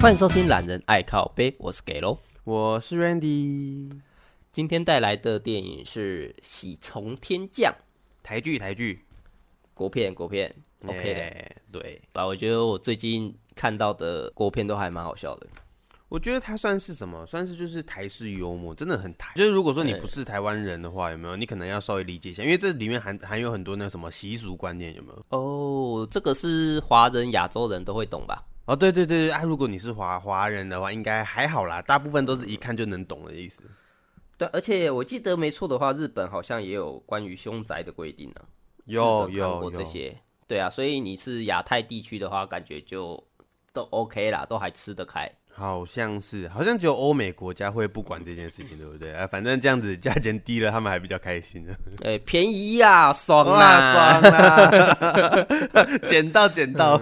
欢迎收听《懒人爱靠背》，我是给喽。我是 Randy，今天带来的电影是《喜从天降》，台剧台剧国片，国片，OK 的。哎对，啊，我觉得我最近看到的国片都还蛮好笑的。我觉得它算是什么？算是就是台式幽默，真的很台。就是如果说你对不是台湾人的话，有没有？你可能要稍微理解一下，因为这里面含含有很多那什么习俗观念，有没有？哦，这个是华人、亚洲人都会懂吧？哦，对对对对啊！如果你是华华人的话，应该还好啦，大部分都是一看就能懂的意思。对，而且我记得没错的话，日本好像也有关于凶宅的规定呢、啊。有日本韩有国这有，些，对啊，所以你是亚太地区的话，感觉就都 OK 啦，都还吃得开。好像是，好像只有欧美国家会不管这件事情，对不对？啊，反正这样子价钱低了，他们还比较开心呢。哎、便宜啦，爽啊啦！哇，爽啦！ 捡到捡到。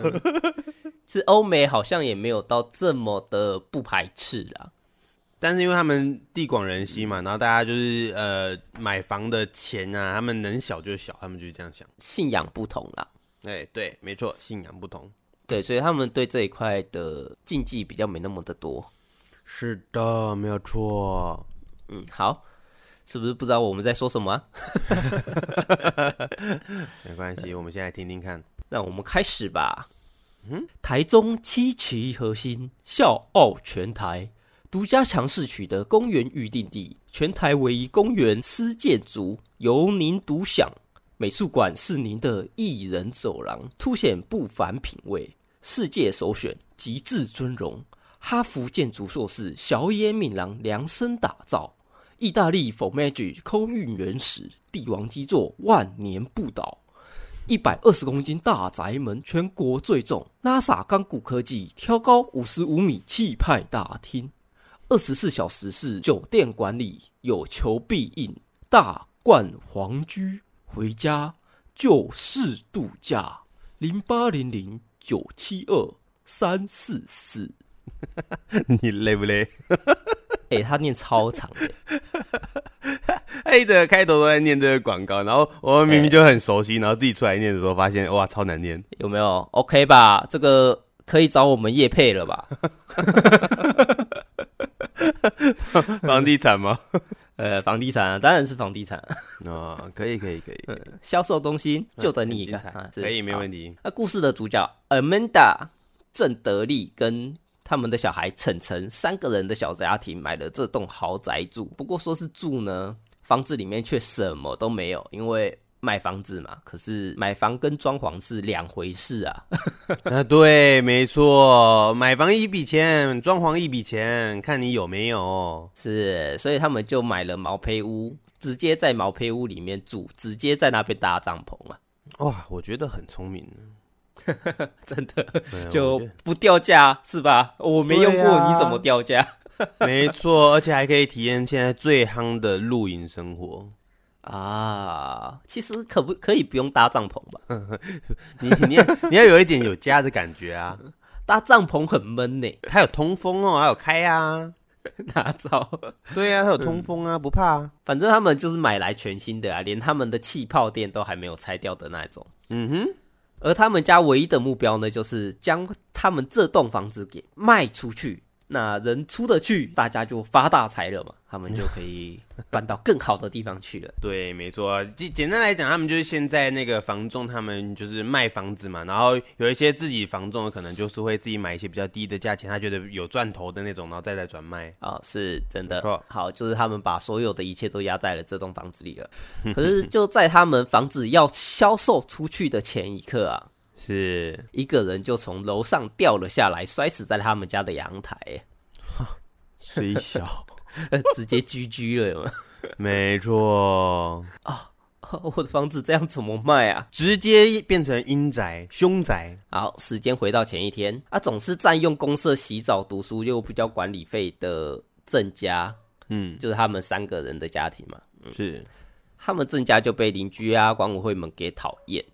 是欧美好像也没有到这么的不排斥啦。但是因为他们地广人稀嘛，然后大家就是呃买房的钱啊，他们能小就小，他们就是这样想。信仰不同啦，哎、对，没错，信仰不同。对，所以他们对这一块的禁忌比较没那么的多。是的，没有错。嗯，好，是不是不知道我们在说什么、啊？没关系，我们先来听听看。让我们开始吧。嗯，台中七期核心笑傲全台，独家强势取得公园预定地，全台唯一公园私建筑，由您独享。美术馆是您的艺人走廊，凸显不凡品味，世界首选，极致尊荣。哈佛建筑硕士小野敏郎量身打造，意大利 Formaggi 空运原石，帝王基座万年不倒。一百二十公斤大宅门，全国最重。NASA 钢骨科技挑高五十五米，气派大厅，二十四小时是酒店管理，有求必应。大冠皇居回家就是度假，零八零零九七二三四四。 你累不累？哎，他念超长的，他一整哎个开头都在念这个广告，然后我们明明就很熟悉，然后自己出来念的时候，发现哇，超难 念。有没有？OK 吧？这个可以找我们叶配了吧？房地产吗？呃，房地产、啊、当然是房地产、啊，哦，可以可以可以，销售中心就等你嗯很一精个，彩啊，是可以没好问题。那故事的主角 Amanda 郑德利跟他们的小孩晨晨三个人的小家庭买了这栋豪宅住。不过说是住呢，房子里面却什么都没有，因为卖房子嘛。可是买房跟装潢是两回事啊。 啊，对，没错，买房一笔钱，装潢一笔钱，看你有没有。是，所以他们就买了毛坯屋，直接在毛坯屋里面住，直接在那边搭帐篷啊，哇，我觉得很聪明，真的对啊我就觉得不掉价是吧？我没用对过，啊你怎么掉价？没错，而且还可以体验现在最夯的露营生活。啊，其实可不可以不用搭帐篷吧？你你要你要有一点有家的感觉啊，搭帐篷很闷呢、它有通风哦，还有开啊，哪招？对啊，它有通风啊，不怕啊。反正他们就是买来全新的啊，连他们的气泡垫都还没有拆掉的那种。嗯哼，而他们家唯一的目标呢，就是将他们这栋房子给卖出去。那人出得去，大家就发大财了嘛，他们就可以搬到更好的地方去了。对，没错啊。简简单来讲，他们就是现在那个房仲，他们就是卖房子嘛，然后有一些自己房仲的可能就是会自己买一些比较低的价钱，他觉得有赚头的那种，然后再来转卖。啊、是真没的错。好，就是他们把所有的一切都压在了这栋房子里了。 可是就在他们房子要销售出去的前一刻啊，是，一个人就从楼上掉了下来，摔死在他们家的阳台， 虽小， 直接居居了有没有没错，哦 我的房子这样怎么卖啊？直接变成阴宅、凶宅。好，时间回到前一天，啊，总是占用公社洗澡、读书又不交管理费的郑家，嗯，就是他们三个人的家庭嘛。是。他们郑家就被邻居啊、管委会们给讨厌，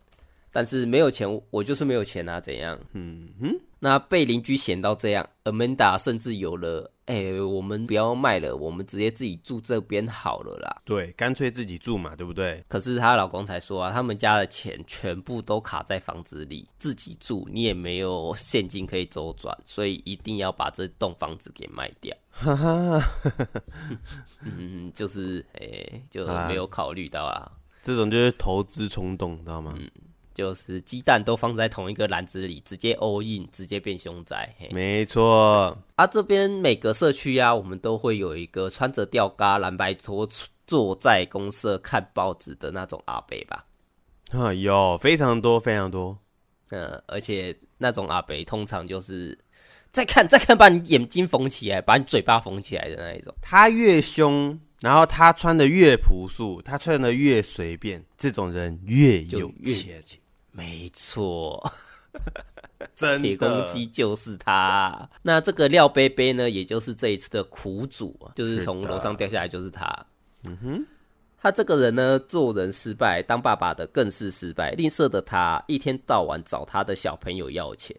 但是没有钱，我就是没有钱啊，怎样？嗯哼，那被邻居嫌到这样，Amanda 甚至有了，哎、我们不要卖了，我们直接自己住这边好了啦。对，干脆自己住嘛，对不对？可是她老公才说啊，他们家的钱全部都卡在房子里，自己住你也没有现金可以周转，所以一定要把这栋房子给卖掉。哈哈，嗯，就是诶、就好啦没有考虑到啊啦，这种就是投资冲动，知道吗？嗯就是鸡蛋都放在同一个篮子里，直接 all in，直接变凶宅。嘿没错，啊，这边每个社区啊，我们都会有一个穿着吊嘎蓝白拖坐在公社看报纸的那种阿伯吧。啊，有非常多非常多，嗯，而且那种阿伯通常就是再看再看，把你眼睛缝起来，把你嘴巴缝起来的那一种。他越凶，然后他穿的越朴素，他穿的越随便，这种人越有越钱，没错，真铁公的。鸡就是他。那这个廖贝贝呢，也就是这一次的苦主啊，就是是从的楼上掉下来就是他。嗯哼。他这个人呢，做人失败，当爸爸的更是失败。吝啬的他，一天到晚找他的小朋友要钱，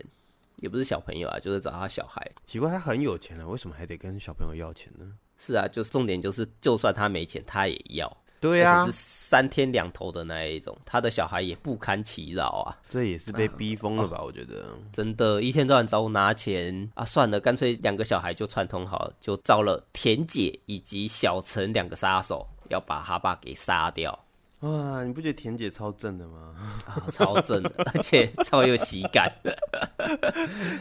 也不是小朋友啊，就是找他小孩。奇怪，他很有钱了，啊为什么还得跟小朋友要钱呢？是啊，就是重点就是，就算他没钱，他也要。对而啊且是，三天两头的那一种，他的小孩也不堪其扰啊！哦这也是被逼疯了吧？我觉得真的，一天到晚找我拿钱啊！算了，干脆两个小孩就串通好了，就招了田姐以及小陈两个杀手，要把他爸给杀掉啊，你不觉得田姐超正的吗？啊！超正的， 而且超有喜感，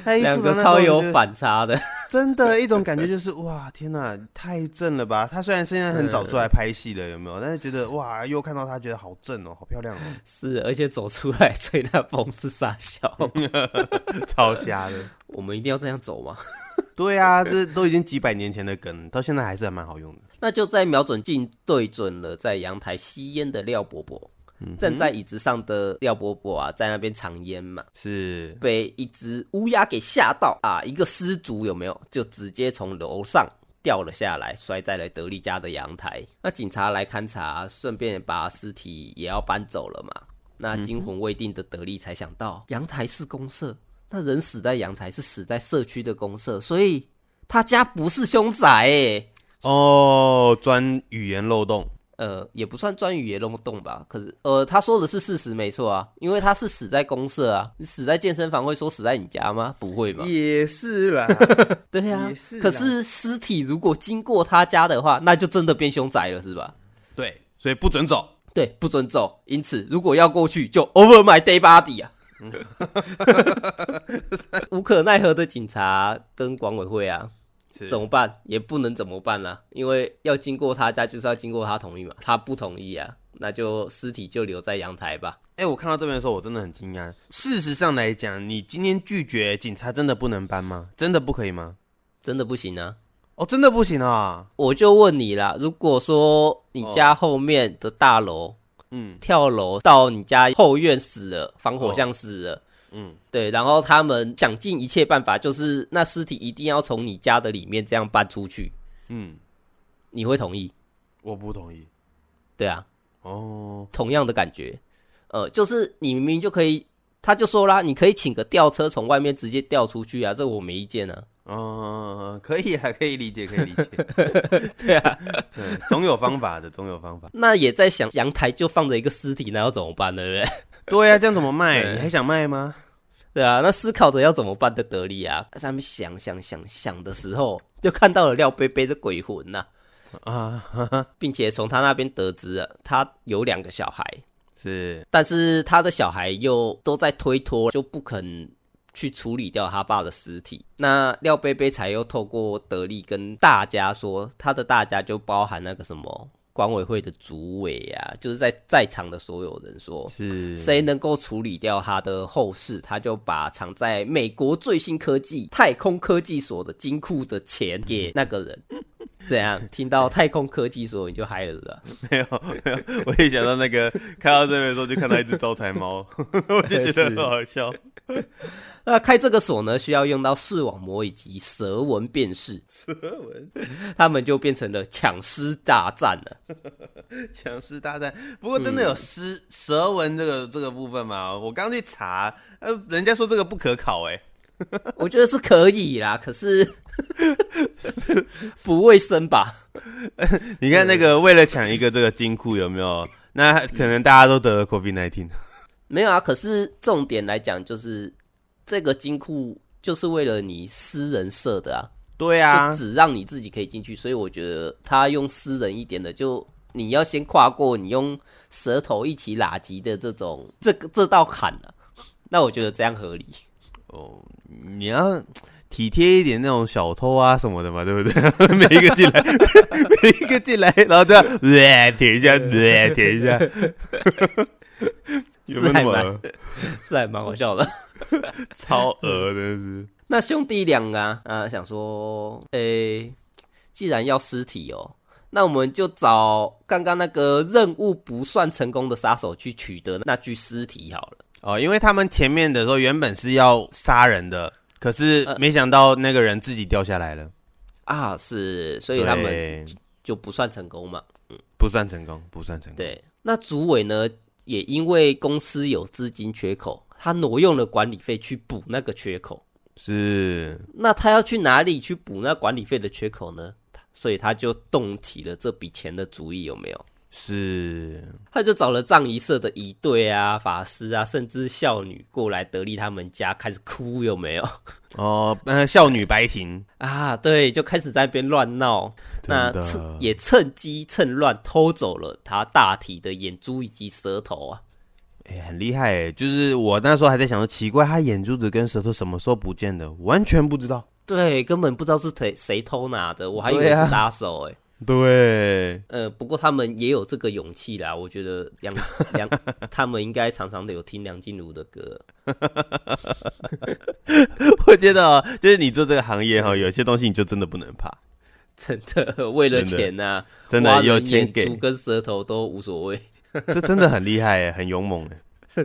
她一两出场个那时候超我有觉得反差的。 真的一种感觉就是哇，天哪，太正了吧！他虽然现在很早出来拍戏了，有没有？但是觉得哇，又看到他，觉得好正哦，好漂亮 哦，是，而且走出来吹那风是傻笑，超瞎的。 我们一定要这样走吗？ 对啊，这都已经几百年前的梗，到现在还是还蛮好用的。那就在瞄准镜对准了在阳台吸烟的廖伯伯，站在椅子上的廖伯伯啊，在那边藏烟嘛，是被一只乌鸦给吓到啊，一个失足有没有？就直接从楼上掉了下来，摔在了德利家的阳台。那警察来勘察，顺便把尸体也要搬走了嘛。那惊魂未定的德利才想到，阳台是公社，那人死在阳台是死在社区的公社，所以他家不是凶宅欸诶、哦，钻语言漏洞。呃，也不算钻语言漏洞吧。可是，呃，他说的是事实没错啊，因为他是死在公社啊，你死在健身房会说死在你家吗？不会吧？也是啦，对啊也是，啦可是尸体如果经过他家的话，那就真的变凶宅了，是吧？ 对，所以不准走。对，不准走。因此，如果要过去，就 over my day body 啊。无可奈何的警察跟管委会啊，是怎么办？也不能怎么办啦、因为要经过他家，就是要经过他同意嘛。他不同意啊，那就尸体就留在阳台吧。哎、我看到这边的时候，我真的很惊讶。事实上来讲，你今天拒绝警察，真的不能搬吗？真的不可以吗？真的不行啊！哦，真的不行啊。我就问你啦，如果说你哦家后面的大楼、嗯跳楼到你家后院死了，防火巷死了，嗯，对，然后他们想尽一切办法，就是那尸体一定要从你家的里面这样搬出去，嗯，你会同意？我不同意。对啊，哦，同样的感觉，呃，就是你明明就可以，他就说啦，你可以请个吊车从外面直接吊出去啊，这我没意见啊。嗯，可以啊，可以理解，可以理 解，对啊，对，总有方法的，总有方 法。那也在想阳台就放着一个尸体，那要怎么办，对不对？对呀、啊，这样怎么卖？对你还想卖吗？对啊，那思考着要怎么办的得力啊，他们想想想想的时候，就看到了廖贝贝的鬼魂呐、啊， 并且从他那边得知啊，他有两个小孩，是但是他的小孩又都在推脱，就不肯去处理掉他爸的尸体。那廖贝贝才又透过得力跟大家说，他的大家就包含那个什么管委会的主委啊，就是在在场的所有人说，是，谁能够处理掉他的后事，他就把藏在美国最新科技太空科技所的金库的钱给那个人。这样听到太空科技所你就嗨了是吧？ 没有没有，我一想到那 个看到这边的时候，就看到一只招财猫， 我就觉得很好笑。那开这个锁呢，需要用到视网膜以及舌纹辨识，蛇文他们就变成了抢尸大战了。强势大战，不过真的有狮蛇文这个这个部分吗？我刚去查，呃，人家说这个不可考哎、我觉得是可以啦，可是不卫生吧？你看那个为了抢一个这个金库有没有？那可能大家都得了 COVID nineteen，没有啊，可是重点来讲，就是这个金库就是为了你私人设的啊，对啊就，只让你自己可以进去，所以我觉得他用私人一点的，就你要先跨过你用舌头一起拉级的这种这个这道坎啊，那我觉得这样合理。 哦，你要体贴一点那种小偷啊什么的嘛，对不对？ 每一个进来，每一个进来，然后都要 对舔一下， 对舔一下，有没有那么是还恶是还蛮好笑的。 超额的是？那兄弟俩啊，啊，想说，诶、既然要尸体哦，那我们就找刚刚那个任务不算成功的杀手去取得那具尸体好了。哦，因为他们前面的时候原本是要杀人的，可是呃没想到那个人自己掉下来了，啊，是，所以对他们就不算成功嘛。不算成功，不算成功。对，那组委呢，也因为公司有资金缺口，他挪用了管理费去补那个缺口。是那他要去哪里去补那管理费的缺口呢？他所以他就动起了这笔钱的主意，有没有？ 是，他就找了藏仪社的仪队啊、法师啊，甚至孝女过来得力他们家，开始哭，有没有？哦，呃，少女白情，啊，对，就开始在那边乱闹，那真的趁也趁机趁乱偷走了他大体的眼珠以及舌头啊。哎、很厉害哎！就是我那时候还在想说，奇怪，他眼珠子跟舌头什么时候不见的，完全不知道。对，根本不知道是谁谁偷拿的，我还以为对啊是杀手哎、对，呃，不过他们也有这个勇气啦，我觉得 梁梁他们应该常常的有听梁静茹的歌。 我觉得哦、就是你做这个行业哈、哦有些东西你就真的不能怕，真的，为了真的钱呐、真挖的人有钱眼珠给，跟舌头都无所谓， 这真的很厉害哎，很勇猛哎。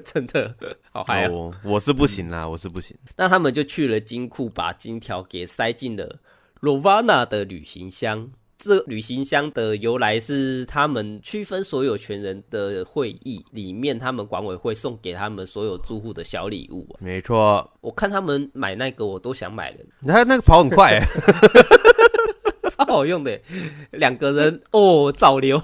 真的好嗨、啊哦，我是不行啦，我是不行。那他们就去了金库，把金条给塞进了 Rovana 的旅行箱。这旅行箱的由来是他们区分所有权人的会议里面，他们管委会送给他们所有住户的小礼物啊、没错，我看他们买那个，我都想买了， 他那个跑很快哎，超好用的，两个人哦，早流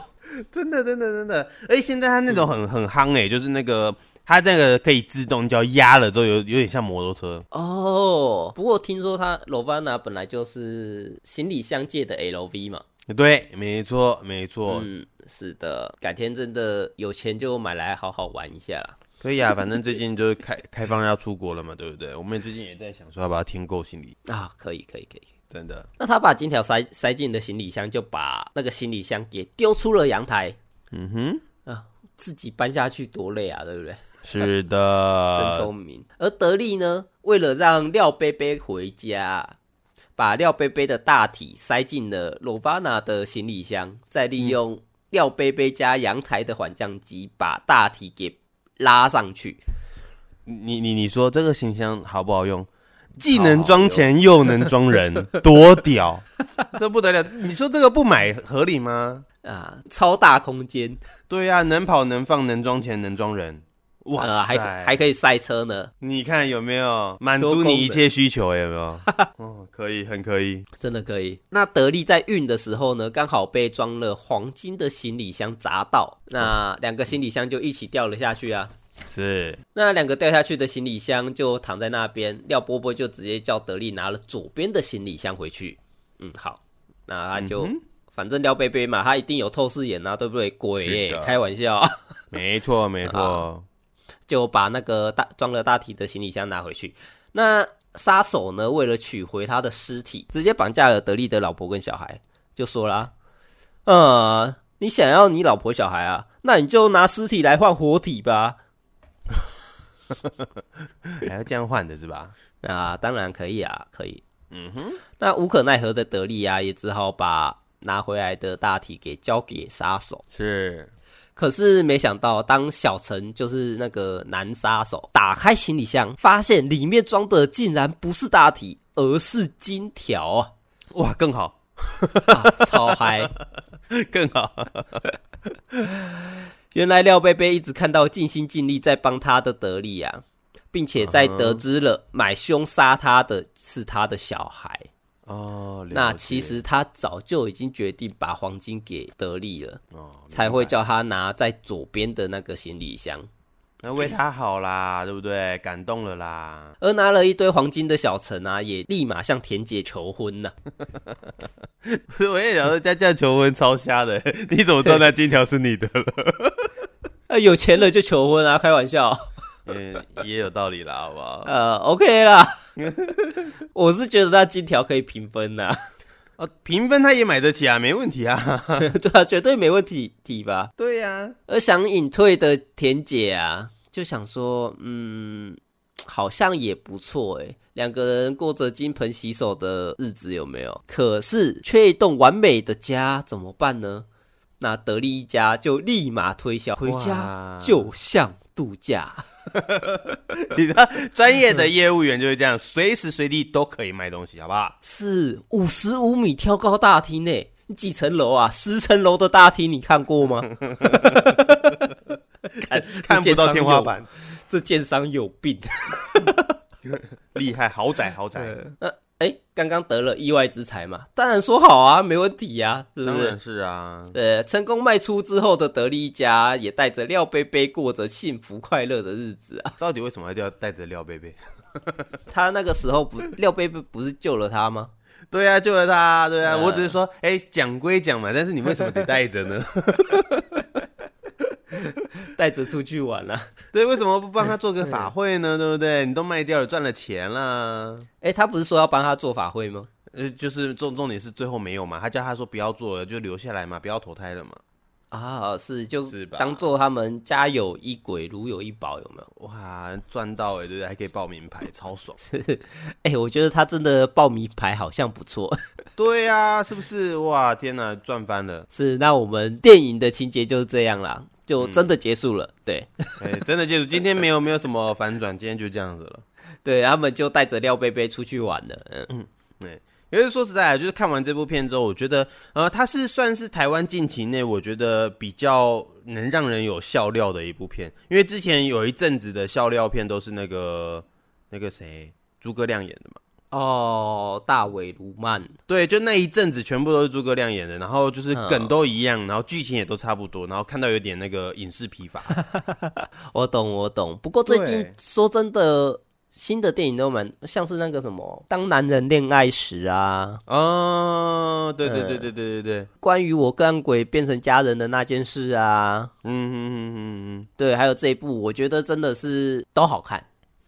真的，真的，真的。而且现在他那种很很夯哎，就是那个他那个可以自动叫压了之后，有有点像摩托车。哦。不过听说他 Rovana 本来就是行李箱界的 LV 嘛，对，没错，没错。嗯，是的，改天真的有钱就买来好好玩一下啦。可以啊，反正最近就是开开放要出国了嘛，对不对？我们最近也在想说要把它添购行李，啊，可以可以可以。真的那他把金条塞塞进的行李箱，就把那个行李箱给丢出了阳台。嗯哼，啊，自己搬下去多累啊，对不对？是真的，聪明。而德利呢，为了让廖贝贝回家，把廖贝贝的大体塞进了罗巴纳的行李箱，再利用廖贝贝家阳台的缓降机把大体给拉上去。你你你说这个形象好不好用？既能装钱又能装 人，多屌！这不得了！你说这个不买合理吗？啊，超大空间，对呀、能跑能放能装钱能装人，哇塞！呃，还可还可以塞车呢，你看有没有满多足功能你一切需求？有 没有？哦，可以，很可以。真的可以。那德利在运的时候呢，刚好被装了黄金的行李箱砸到，那两个行李箱就一起掉了下去啊。是那两个掉下去的行李箱就躺在那边，廖波波就直接叫德利拿了左边的行李箱回去。嗯，好，那他啊嗯就、反正廖贝贝嘛，他一定有透视眼啊，对不对？鬼耶、是的开玩笑，没错，没啊错。就把那个大装了大体的行李箱拿回去。那杀手呢，为了取回他的尸体，直接绑架了德利的老婆跟小孩，就说啦：“呃，你想要你老婆小孩啊，那你就拿尸体来换活体吧。”还要这样换的是吧？啊，当然可以啊，可以。嗯哼，那无可奈何的德利啊，也只好把拿回来的大体给交给杀手。是可是没想到，当小陈就是那个男杀手打开行李箱，发现里面装的竟然不是大体，而是金条啊！哇，更好。 啊超嗨！更好。原来廖贝贝一直看到尽心尽力在帮他的德利啊，并且在得知了买凶杀他的是他的小孩，哦，了那解其实他早就已经决定把黄金给得利了，哦，才会叫他拿在左边的那个行李箱。那为他好 啦，对不对？感动了啦，而拿了一堆黄金的小陈啊，也立马向田姐求婚呐、不是， 我也想说，家教求婚超瞎 的，你怎么知道那金条是你的了？啊，有钱了就求婚啊，开玩笑。嗯，也有道理啦，好不好？呃，OK 啦，我是觉得那金条可以平分呐、 哦，评分他也买得起啊，没问题啊。对啊，绝对没问题题吧。 对呀、而想隐退的田姐啊，就想说，嗯，好像也不错诶、两个人过着金盆洗手的日子，有没有？可是缺一栋完美的家怎么办呢？那得利一家就立马推销回家，哇就像度假。你知道，专业的业务员就是这样，随时随地都可以卖东西，好不 好？是五十五米挑高大厅诶，你几层楼啊？十层楼的大厅你看过 吗？看看不到天花，板，这建商有病。 厉害，豪宅豪宅，那哎，刚刚得了意外之财嘛，当然说好啊，没问题呀、是不当是然？是啊。呃，成功卖出之后的得利一家，也带着廖贝贝过着幸福快乐的日子啊。 到底为什么要带着廖贝贝？他那个时候 不，廖贝贝不是救了他吗？对啊，救了他，对啊，嗯我只是说，哎、讲归讲嘛，但是你为什么得带着 呢？带着出去玩啊。对，为什么不帮他做个法会呢？对不对？你都卖掉了，赚了钱啦。哎，他不是说要帮他做法会吗？呃，就是重重点是最后没有嘛，他叫他说不要做了，就留下来嘛，不要投胎了嘛。啊，是就是吧当做他们家有一鬼，如有一宝，有没有？哇，赚到哎、对不对？还可以报名牌，超 爽。哎、我觉得他真的报名牌好像不错。 对呀、是不是？哇，天哪，赚翻了！是，那我们电影的情节就是这样啦，就嗯真的结束了。对哎、真的结束，今天没有没有什么反转，今天就这样子了。对，他们就带着廖贝贝出去玩了。嗯，因为说实在的，啊就是看完这部片之后，我觉得，呃，它是算是台湾近期内我觉得比较能让人有笑料的一部片。因为之前有一阵子的笑料片都是那个那个谁诸葛亮演的嘛，哦，大尾卢曼，对，就那一阵子全部都是诸葛亮演的，然后就是梗都一样，然后剧情也都差不多，然后看到有点那个影视疲乏。我懂我懂。不过最近对说真的，新的电影都蛮像是那个什么《当男人恋爱时》啊，哦，对对对对对对对，关于我跟鬼变成家人的那件事啊，嗯嗯嗯嗯嗯，对，还有这一部，我觉得真的是都好看，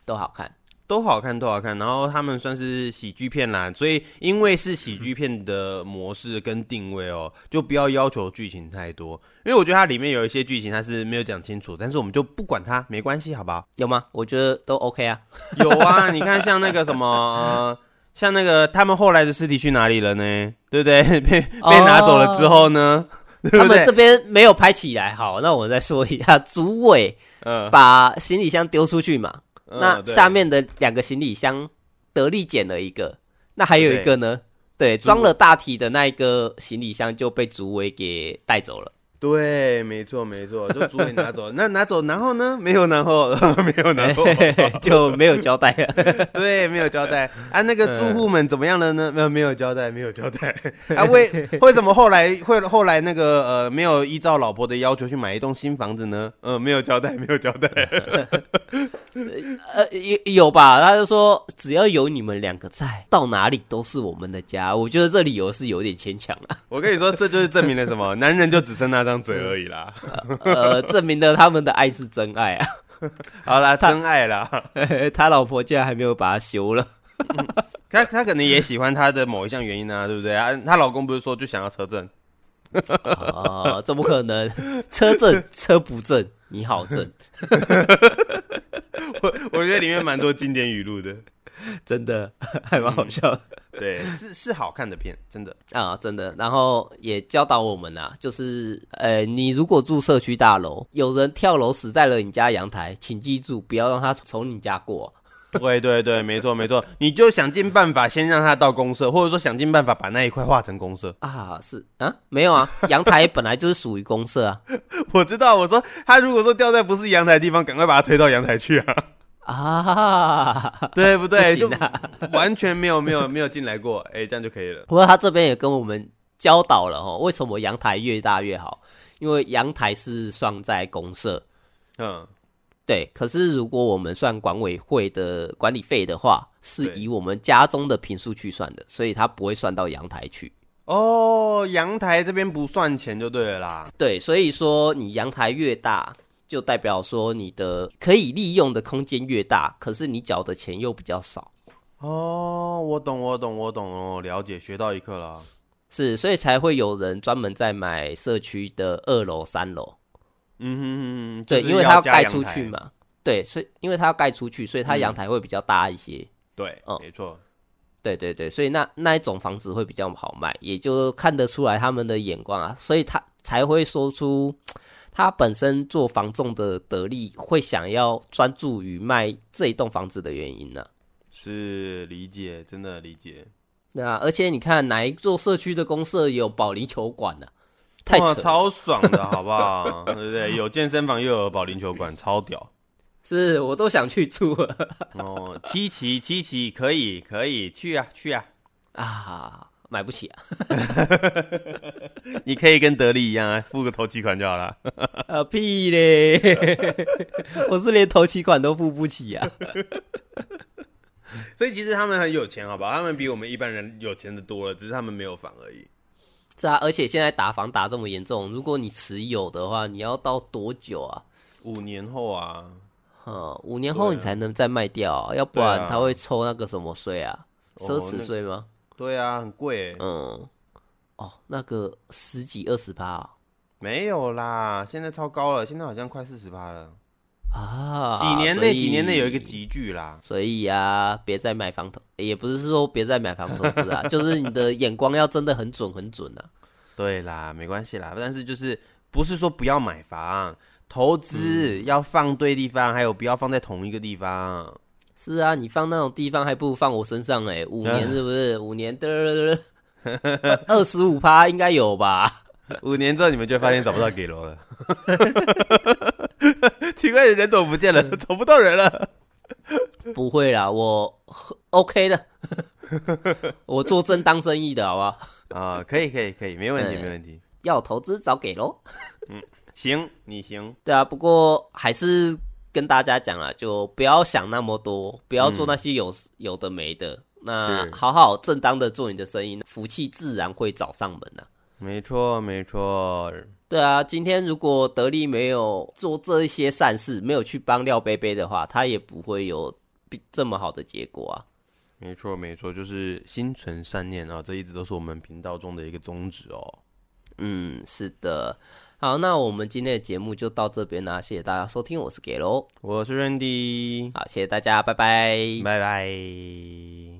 都好看。都好看，都好看。然后他们算是喜剧片啦，所以因为是喜剧片的模式跟定位哦，就不要要求剧情太多，因为我觉得它里面有一些剧情它是没有讲清楚，但是我们就不管它，没关系，好不 好？有吗？我觉得都 OK 啊。有啊， 你看像那个什么。呃像那个他们后来的尸体去哪里了呢？对不对？ 被被拿走了之后呢？对他不们对这？边没有拍起来，好，那我再说一下，组委嗯，哦把行李箱丢出去嘛，嗯那对下面的两个行李箱，得力捡了一个，那还有一个呢，对，组委装了大体的那一个行李箱就被组委给带走 了。对，没错没错，就主委拿走，那拿走，然后呢？没有然后， 没有然后， 就没有交代 了，对，没有交代啊。那个住户们怎么样了呢？没有，没有交代，没有交代啊。为为什么后来会后来那个呃没有依照老婆的要求去买一栋新房子呢？嗯、没有交代，没有交代。呃，有有吧？他就说只要有你们两个在，到哪里都是我们的家。我觉得这理由是有点牵强啊了， 我跟你说，这就是证明了什么？男人就只剩那张嘴而已啦。呃，证明了他们的爱是真爱啊。 好啦，真爱啦。他老婆竟然还没有把他休 了。他他可能也喜欢他的某一项原因啊，对不对啊？她老公不是说就想要车震？哦，怎么可能？车震车不震，你好震，我我觉得里面蛮多经典语录的。真的还蛮好笑的、对，是是好看的片，真的。啊，真的。然后也教导我们啊，就是呃，你如果住社区大楼，有人跳楼死在了你家阳台，请记住不要让他从你家过。 对对对，没错没错，你就想尽办法先让他到公社，或者说想尽办法把那一块划成公社。 啊，是啊，没有啊，阳台本来就是属于公社啊。 我知道，我说他如果说掉在不是阳台的地方，赶快把他推到阳台去啊。啊！对不对？不就行完全没有没有没有进来过， 哎、这样就可以了。不过他这边也跟我们教导了哦，为什么阳台越大越好？因为阳台是算在公社，嗯，对。可是如果我们算管委会的管理费的话，是对以我们家中的平数去算的，所以它不会算到阳台去。哦，阳台这边不算钱就对了啦。对，所以说你阳台越大，就代表说你的可以利用的空间越大，可是你缴的钱又比较少，哦，我懂，我懂，我懂哦，了解，学到一课了。是，所以才会有人专门在买社区的二楼、三楼，嗯哼哼哼，对，就是因为它要要加盖阳出台嗯去。嘛，对，所以因为它要盖出去，所以它阳台会比较大一些，对，哦没错。对对对，所以那那一种房子会比较好卖，也就看得出来他们的眼光啊，所以他才会说出他本身做房仲的得力，会想要专注于卖这一栋房子的原因呢、是理解，真的理解。对啊，而且你看哪一座社区的公社有保龄球馆呢、太哇，扯了，超爽的，好不好？对不对？有健身房又有保龄球馆，超屌。是我都想去住了哦，七期七期可以可以去啊去啊，啊，买不起啊，你可以跟德利一样啊，付个头期款就好了。啊屁嘞， 我是连头期款都付不起啊，所以其实他们很有钱，好不好？他们比我们一般人有钱的多了，只是他们没有房而已。是啊，而且现在打房打这么严重，如果你持有的话，你要到多久啊？五年后啊，嗯，五年后对啊你才能再卖掉啊、要不对啊然他会抽那个什么税啊，哦奢侈税吗？对啊，很贵欸、嗯，哦，那个十几二十趴哦没有啦，现在超高了，现在好像快四十趴了。啊，几年内，所以几年内有一个集聚啦。所以啊，别再买房投，也不是说别再买房投资啊， 就是你的眼光要真的很准很准啊。对啦，没关系啦，但是就是不是说不要买房，投资要放对地方，还有不要放在同一个地方。是啊，你放那种地方还不如放我身上哎、五年是不是？五年的二十五趴应该有吧？五年之后你们就会发现找不到给楼了， 奇怪的人怎么不见了？找不到人了。不会啦，我 OK 的， 我做正当生意的好不好？啊、可以可以可以，没问题对没问题，要投资早给喽。哎行你行，对啊，不过还是跟大家讲啦，就不要想那么多，不要做那些有、有的没的。那是好好正当的做你的生意，福气自然会找上门啊。没错没错，对啊，今天如果德利没有做这一些善事，没有去帮廖贝贝的话，他也不会有比这么好的结果啊。没错没错，就是心存善念啊、这一直都是我们频道中的一个宗旨哦。嗯，是的。好，那我们今天的节目就到这边啦、谢谢大家收听，我是给喽，我是任迪，好，谢谢大家，拜拜拜拜。